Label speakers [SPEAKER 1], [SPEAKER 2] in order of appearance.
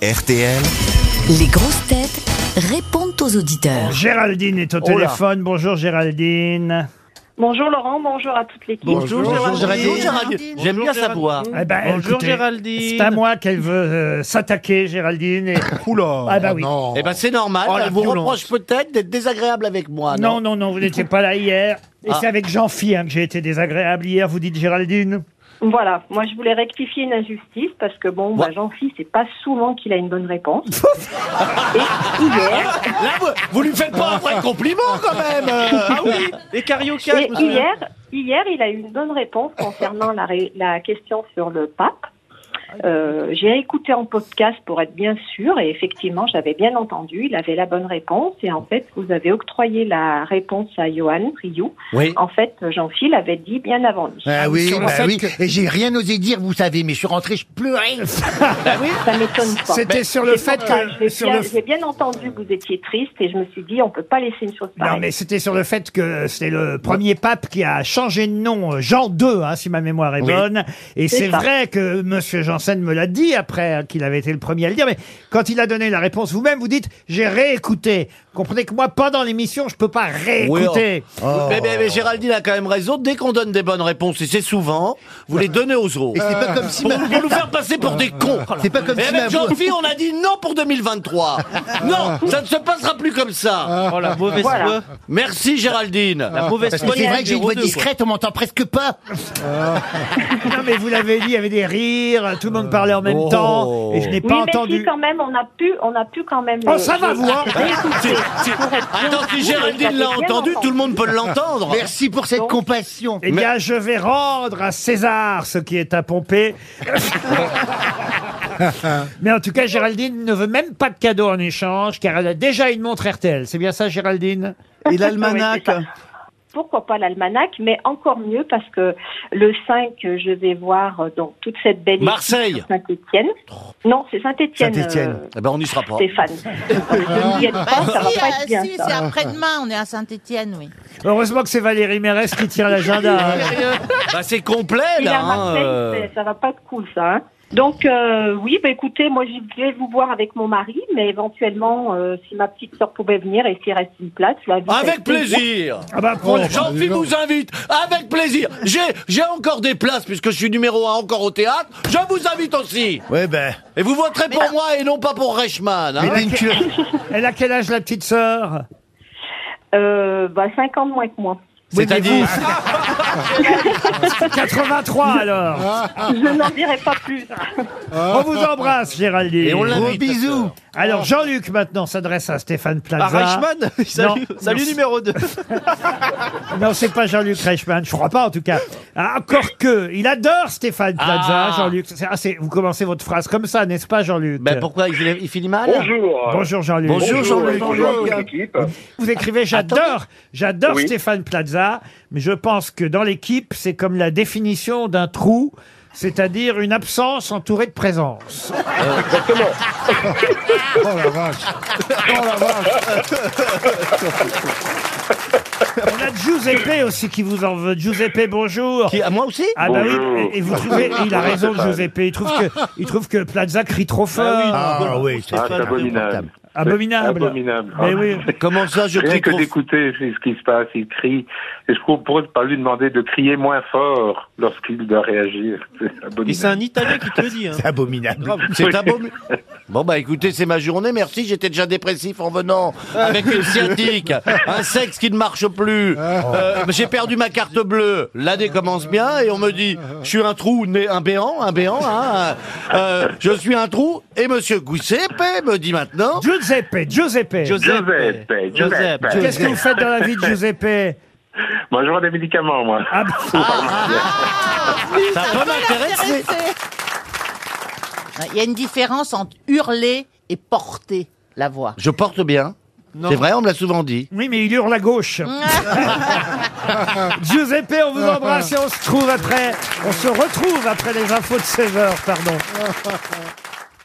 [SPEAKER 1] RTL.
[SPEAKER 2] Les grosses têtes répondent aux auditeurs.
[SPEAKER 3] Géraldine est au
[SPEAKER 4] là.
[SPEAKER 3] téléphone. Bonjour Géraldine.
[SPEAKER 5] Bonjour Laurent, bonjour à toute l'équipe.
[SPEAKER 4] Bonjour Géraldine.
[SPEAKER 6] Géraldine. Oh.
[SPEAKER 4] J'aime bien
[SPEAKER 6] Bonjour
[SPEAKER 4] savoir.
[SPEAKER 3] Eh ben,
[SPEAKER 6] Bonjour
[SPEAKER 3] écoutez,
[SPEAKER 6] Géraldine.
[SPEAKER 3] C'est à moi qu'elle veut euh, s'attaquer, Géraldine. et-
[SPEAKER 1] Oula.
[SPEAKER 3] Ah bah oui.
[SPEAKER 1] non.
[SPEAKER 4] Eh ben c'est normal,
[SPEAKER 6] Oh, la
[SPEAKER 4] elle vous
[SPEAKER 6] violence.
[SPEAKER 4] reproche peut-être d'être désagréable avec moi.
[SPEAKER 3] non, Ah
[SPEAKER 4] Non,
[SPEAKER 3] non, Ah. non, vous n'étiez pas là hier. Et c'est avec Jean-Phi hein, que j'ai été désagréable hier, vous dites Géraldine.
[SPEAKER 5] Voilà, moi je voulais rectifier une injustice parce que bon, bah,
[SPEAKER 4] Ouais.
[SPEAKER 5] Jean-Phi, c'est pas souvent qu'il a une bonne réponse. et hier,
[SPEAKER 4] Là, vous, vous lui faites pas un vrai compliment quand même. euh, ah oui.
[SPEAKER 6] Les carioca,
[SPEAKER 5] et
[SPEAKER 6] je me souviens.
[SPEAKER 5] hier, hier, il a eu une bonne réponse concernant la, ré- la question sur le pape. Euh, J'ai écouté en podcast pour être bien sûr et effectivement, j'avais bien entendu, il avait la bonne réponse et en fait, vous avez octroyé la réponse à Johan Rioux.
[SPEAKER 4] Oui.
[SPEAKER 5] En fait, Jean-Phi l'avait dit bien avant lui.
[SPEAKER 7] Ah oui,
[SPEAKER 3] Eh Sur le
[SPEAKER 7] bah
[SPEAKER 3] fait
[SPEAKER 7] oui. Et j'ai rien osé dire, vous savez, mais je suis rentré, je pleurais.
[SPEAKER 5] Ça m'étonne pas.
[SPEAKER 3] C'était sur le
[SPEAKER 5] C'est
[SPEAKER 3] fait
[SPEAKER 5] pour ça,
[SPEAKER 3] que.
[SPEAKER 5] j'ai
[SPEAKER 3] sur
[SPEAKER 5] bien,
[SPEAKER 3] le-
[SPEAKER 5] j'ai bien entendu que vous étiez triste et je me suis dit on peut pas laisser une chose
[SPEAKER 3] Non,
[SPEAKER 5] pareille.
[SPEAKER 3] mais c'était sur le fait que c'est le premier pape qui a changé de nom, euh, Jean II, hein, si ma mémoire est bonne. Et
[SPEAKER 5] C'est
[SPEAKER 3] c'est
[SPEAKER 5] ça.
[SPEAKER 3] vrai que Monsieur Janssen me l'a dit après hein, qu'il avait été le premier à le dire. Mais quand il a donné la réponse vous-même, vous dites j'ai réécouté. Comprenez que moi, pendant l'émission, je peux pas réécouter.
[SPEAKER 4] Oh. Mais, mais- mais Géraldine a quand même raison. Dès qu'on donne des bonnes réponses, et c'est souvent, vous les donnez aux autres.
[SPEAKER 7] Et c'est pas comme si
[SPEAKER 4] Pour,
[SPEAKER 7] ma-
[SPEAKER 4] pour nous faire passer pour des cons.
[SPEAKER 7] C'est pas comme
[SPEAKER 4] Mais
[SPEAKER 7] si ma
[SPEAKER 4] avec
[SPEAKER 7] voix-
[SPEAKER 4] Jean-Phi, on a dit non pour 2023. Non, ça ne se passera plus comme ça.
[SPEAKER 6] Oh la mauvaise
[SPEAKER 5] Voilà.
[SPEAKER 6] foi.
[SPEAKER 4] Merci Géraldine.
[SPEAKER 6] La mauvaise
[SPEAKER 7] Parce
[SPEAKER 6] foi.
[SPEAKER 7] que c'est vrai que j'ai une voix
[SPEAKER 6] 02, quoi.
[SPEAKER 7] discrète, on m'entend presque pas.
[SPEAKER 3] Non, mais vous l'avez dit, il y avait des rires, tout le monde parlait en même
[SPEAKER 4] Oh.
[SPEAKER 3] temps, et je n'ai
[SPEAKER 5] Oui,
[SPEAKER 3] pas
[SPEAKER 5] mais si,
[SPEAKER 3] entendu.
[SPEAKER 5] quand même, on a pu, on a pu quand même. euh,
[SPEAKER 3] Oh,
[SPEAKER 5] les-
[SPEAKER 3] ça va,
[SPEAKER 5] les-
[SPEAKER 3] vous, hein
[SPEAKER 5] réécouter. Pour être bien
[SPEAKER 4] Attends, si
[SPEAKER 5] sûr,
[SPEAKER 4] Géraldine
[SPEAKER 5] j'avais
[SPEAKER 4] l'a
[SPEAKER 5] bien
[SPEAKER 4] entendu, tout le monde peut l'entendre.
[SPEAKER 7] Merci pour cette
[SPEAKER 5] Non.
[SPEAKER 7] compassion.
[SPEAKER 3] Eh bien, je vais rendre à César ce qui est à pomper. Mais en tout cas, Géraldine ne veut même pas de cadeau en échange, car elle a déjà une montre RTL. C'est bien ça, Géraldine
[SPEAKER 8] Et
[SPEAKER 5] l'almanach. Pourquoi pas l'almanach, mais encore mieux parce que le 5, je vais voir euh, donc toute cette belle
[SPEAKER 4] Marseille.
[SPEAKER 5] Saint-Étienne. Non, c'est Saint-Étienne.
[SPEAKER 7] Saint-Étienne.
[SPEAKER 5] euh,
[SPEAKER 4] Eh ben on n'y sera pas.
[SPEAKER 5] Stéphane. Donc, euh, je n'y aide pas, ça va
[SPEAKER 9] Si,
[SPEAKER 5] pas
[SPEAKER 9] euh,
[SPEAKER 5] être bien.
[SPEAKER 9] si,
[SPEAKER 5] ça.
[SPEAKER 9] c'est après-demain, on est à Saint-Etienne, oui.
[SPEAKER 3] Heureusement que c'est Valérie Mérès qui tient l'agenda. hein.
[SPEAKER 4] Bah, c'est complet
[SPEAKER 5] Il est
[SPEAKER 4] là.
[SPEAKER 5] à
[SPEAKER 4] hein,
[SPEAKER 5] Marseille,
[SPEAKER 4] euh.
[SPEAKER 5] c'est- ça va pas être cool ça. hein. Donc euh, oui, bah, écoutez, moi je vais vous voir avec mon mari, mais éventuellement euh, si ma petite sœur pouvait venir et s'il reste une place, je l'invite
[SPEAKER 4] Avec plaisir.
[SPEAKER 3] Ah
[SPEAKER 7] Oh,
[SPEAKER 3] bah, pour le-
[SPEAKER 4] Jean-Philippe vous invite. Avec plaisir. J'ai, j'ai encore des places puisque je suis numéro un encore au théâtre. Je vous invite aussi.
[SPEAKER 7] Ouais, ben.
[SPEAKER 4] Et vous voterez pour moi et non pas pour Reichmann. hein.
[SPEAKER 7] Mais t'es une culotte.
[SPEAKER 3] Elle a quel âge, la petite sœur
[SPEAKER 5] Euh, bah 5 ans de moins que moi.
[SPEAKER 4] C'est-à-dire. Ben,
[SPEAKER 3] 83, alors.
[SPEAKER 5] Je n'en dirai pas plus.
[SPEAKER 3] On vous embrasse, Géraldine.
[SPEAKER 4] Ah. Et on
[SPEAKER 7] Gros
[SPEAKER 4] l'invite.
[SPEAKER 7] bisous.
[SPEAKER 3] Alors, Jean-Luc, maintenant, s'adresse à Stéphane Plaza.
[SPEAKER 6] À Reichmann Salut,
[SPEAKER 3] Non.
[SPEAKER 6] salut
[SPEAKER 3] Non.
[SPEAKER 6] numéro 2.
[SPEAKER 3] Non, c'est pas Jean-Luc Reichmann, je crois pas en tout cas. Ah, Encore que, il adore Stéphane Plaza,
[SPEAKER 4] Ah.
[SPEAKER 3] Jean-Luc. C'est- ah, c'est- vous commencez votre phrase comme ça, n'est-ce pas, Jean-Luc
[SPEAKER 4] Ben pourquoi il finit, il finit mal
[SPEAKER 10] Bonjour.
[SPEAKER 3] Bonjour Jean-Luc.
[SPEAKER 4] Bonjour, Jean-Luc.
[SPEAKER 10] Bonjour à toute l'équipe.
[SPEAKER 3] Vous écrivez j'adore, j'adore
[SPEAKER 10] Oui.
[SPEAKER 3] Stéphane Plaza, mais je pense que dans l'équipe, c'est comme la définition d'un trou, c'est-à-dire une absence entourée de présence.
[SPEAKER 4] Euh,
[SPEAKER 1] Oh la vache. Oh la vache.
[SPEAKER 3] On a Giuseppe aussi qui vous en veut. Giuseppe, bonjour.
[SPEAKER 4] Qui- à moi aussi
[SPEAKER 3] Ah bah oui,
[SPEAKER 10] Bonjour.
[SPEAKER 3] et vous trouvez, il a raison
[SPEAKER 10] Stéphane.
[SPEAKER 3] Giuseppe, il trouve que, il trouve que Plaza crie trop fort.
[SPEAKER 7] Ah oui, c'est
[SPEAKER 10] Ah, c'est abominable.
[SPEAKER 3] Abominable.
[SPEAKER 10] Abominable. Ah,
[SPEAKER 3] Mais oui.
[SPEAKER 4] Comment ça je
[SPEAKER 10] Rien
[SPEAKER 4] crie
[SPEAKER 10] que
[SPEAKER 4] trop
[SPEAKER 10] d'écouter ce qui se passe, il crie. Et je pourrais pas lui demander de crier moins fort lorsqu'il doit réagir. C'est
[SPEAKER 6] Et c'est
[SPEAKER 10] abominable.
[SPEAKER 6] un Italien qui te le dit. Hein.
[SPEAKER 7] abominable.
[SPEAKER 6] Grave.
[SPEAKER 4] C'est un beau mu- Bon bah écoutez, c'est ma journée, merci, j'étais déjà dépressif en venant, avec une sciatique, un sexe qui ne marche plus, Euh, j'ai perdu ma carte bleue, l'année commence bien et on me dit, je suis un trou, né- un béant, un béant, hein, euh, je suis un trou, et monsieur Giuseppe me dit maintenant,
[SPEAKER 3] Giuseppe, Giuseppe.
[SPEAKER 10] Giuseppe, Giuseppe.
[SPEAKER 6] Giuseppe.
[SPEAKER 3] Qu'est-ce que vous faites dans la vie de Giuseppe
[SPEAKER 10] Moi, je vends des médicaments, moi.
[SPEAKER 3] Ah, bah,
[SPEAKER 4] ça peut m'intéresser
[SPEAKER 9] Il y a une différence entre hurler et porter la voix.
[SPEAKER 4] Je porte bien,
[SPEAKER 6] Non.
[SPEAKER 4] c'est vrai, on me l'a souvent dit.
[SPEAKER 3] Oui, mais il hurle à gauche. Giuseppe, on vous embrasse et on se trouve après. On se retrouve après les infos de 16h, pardon.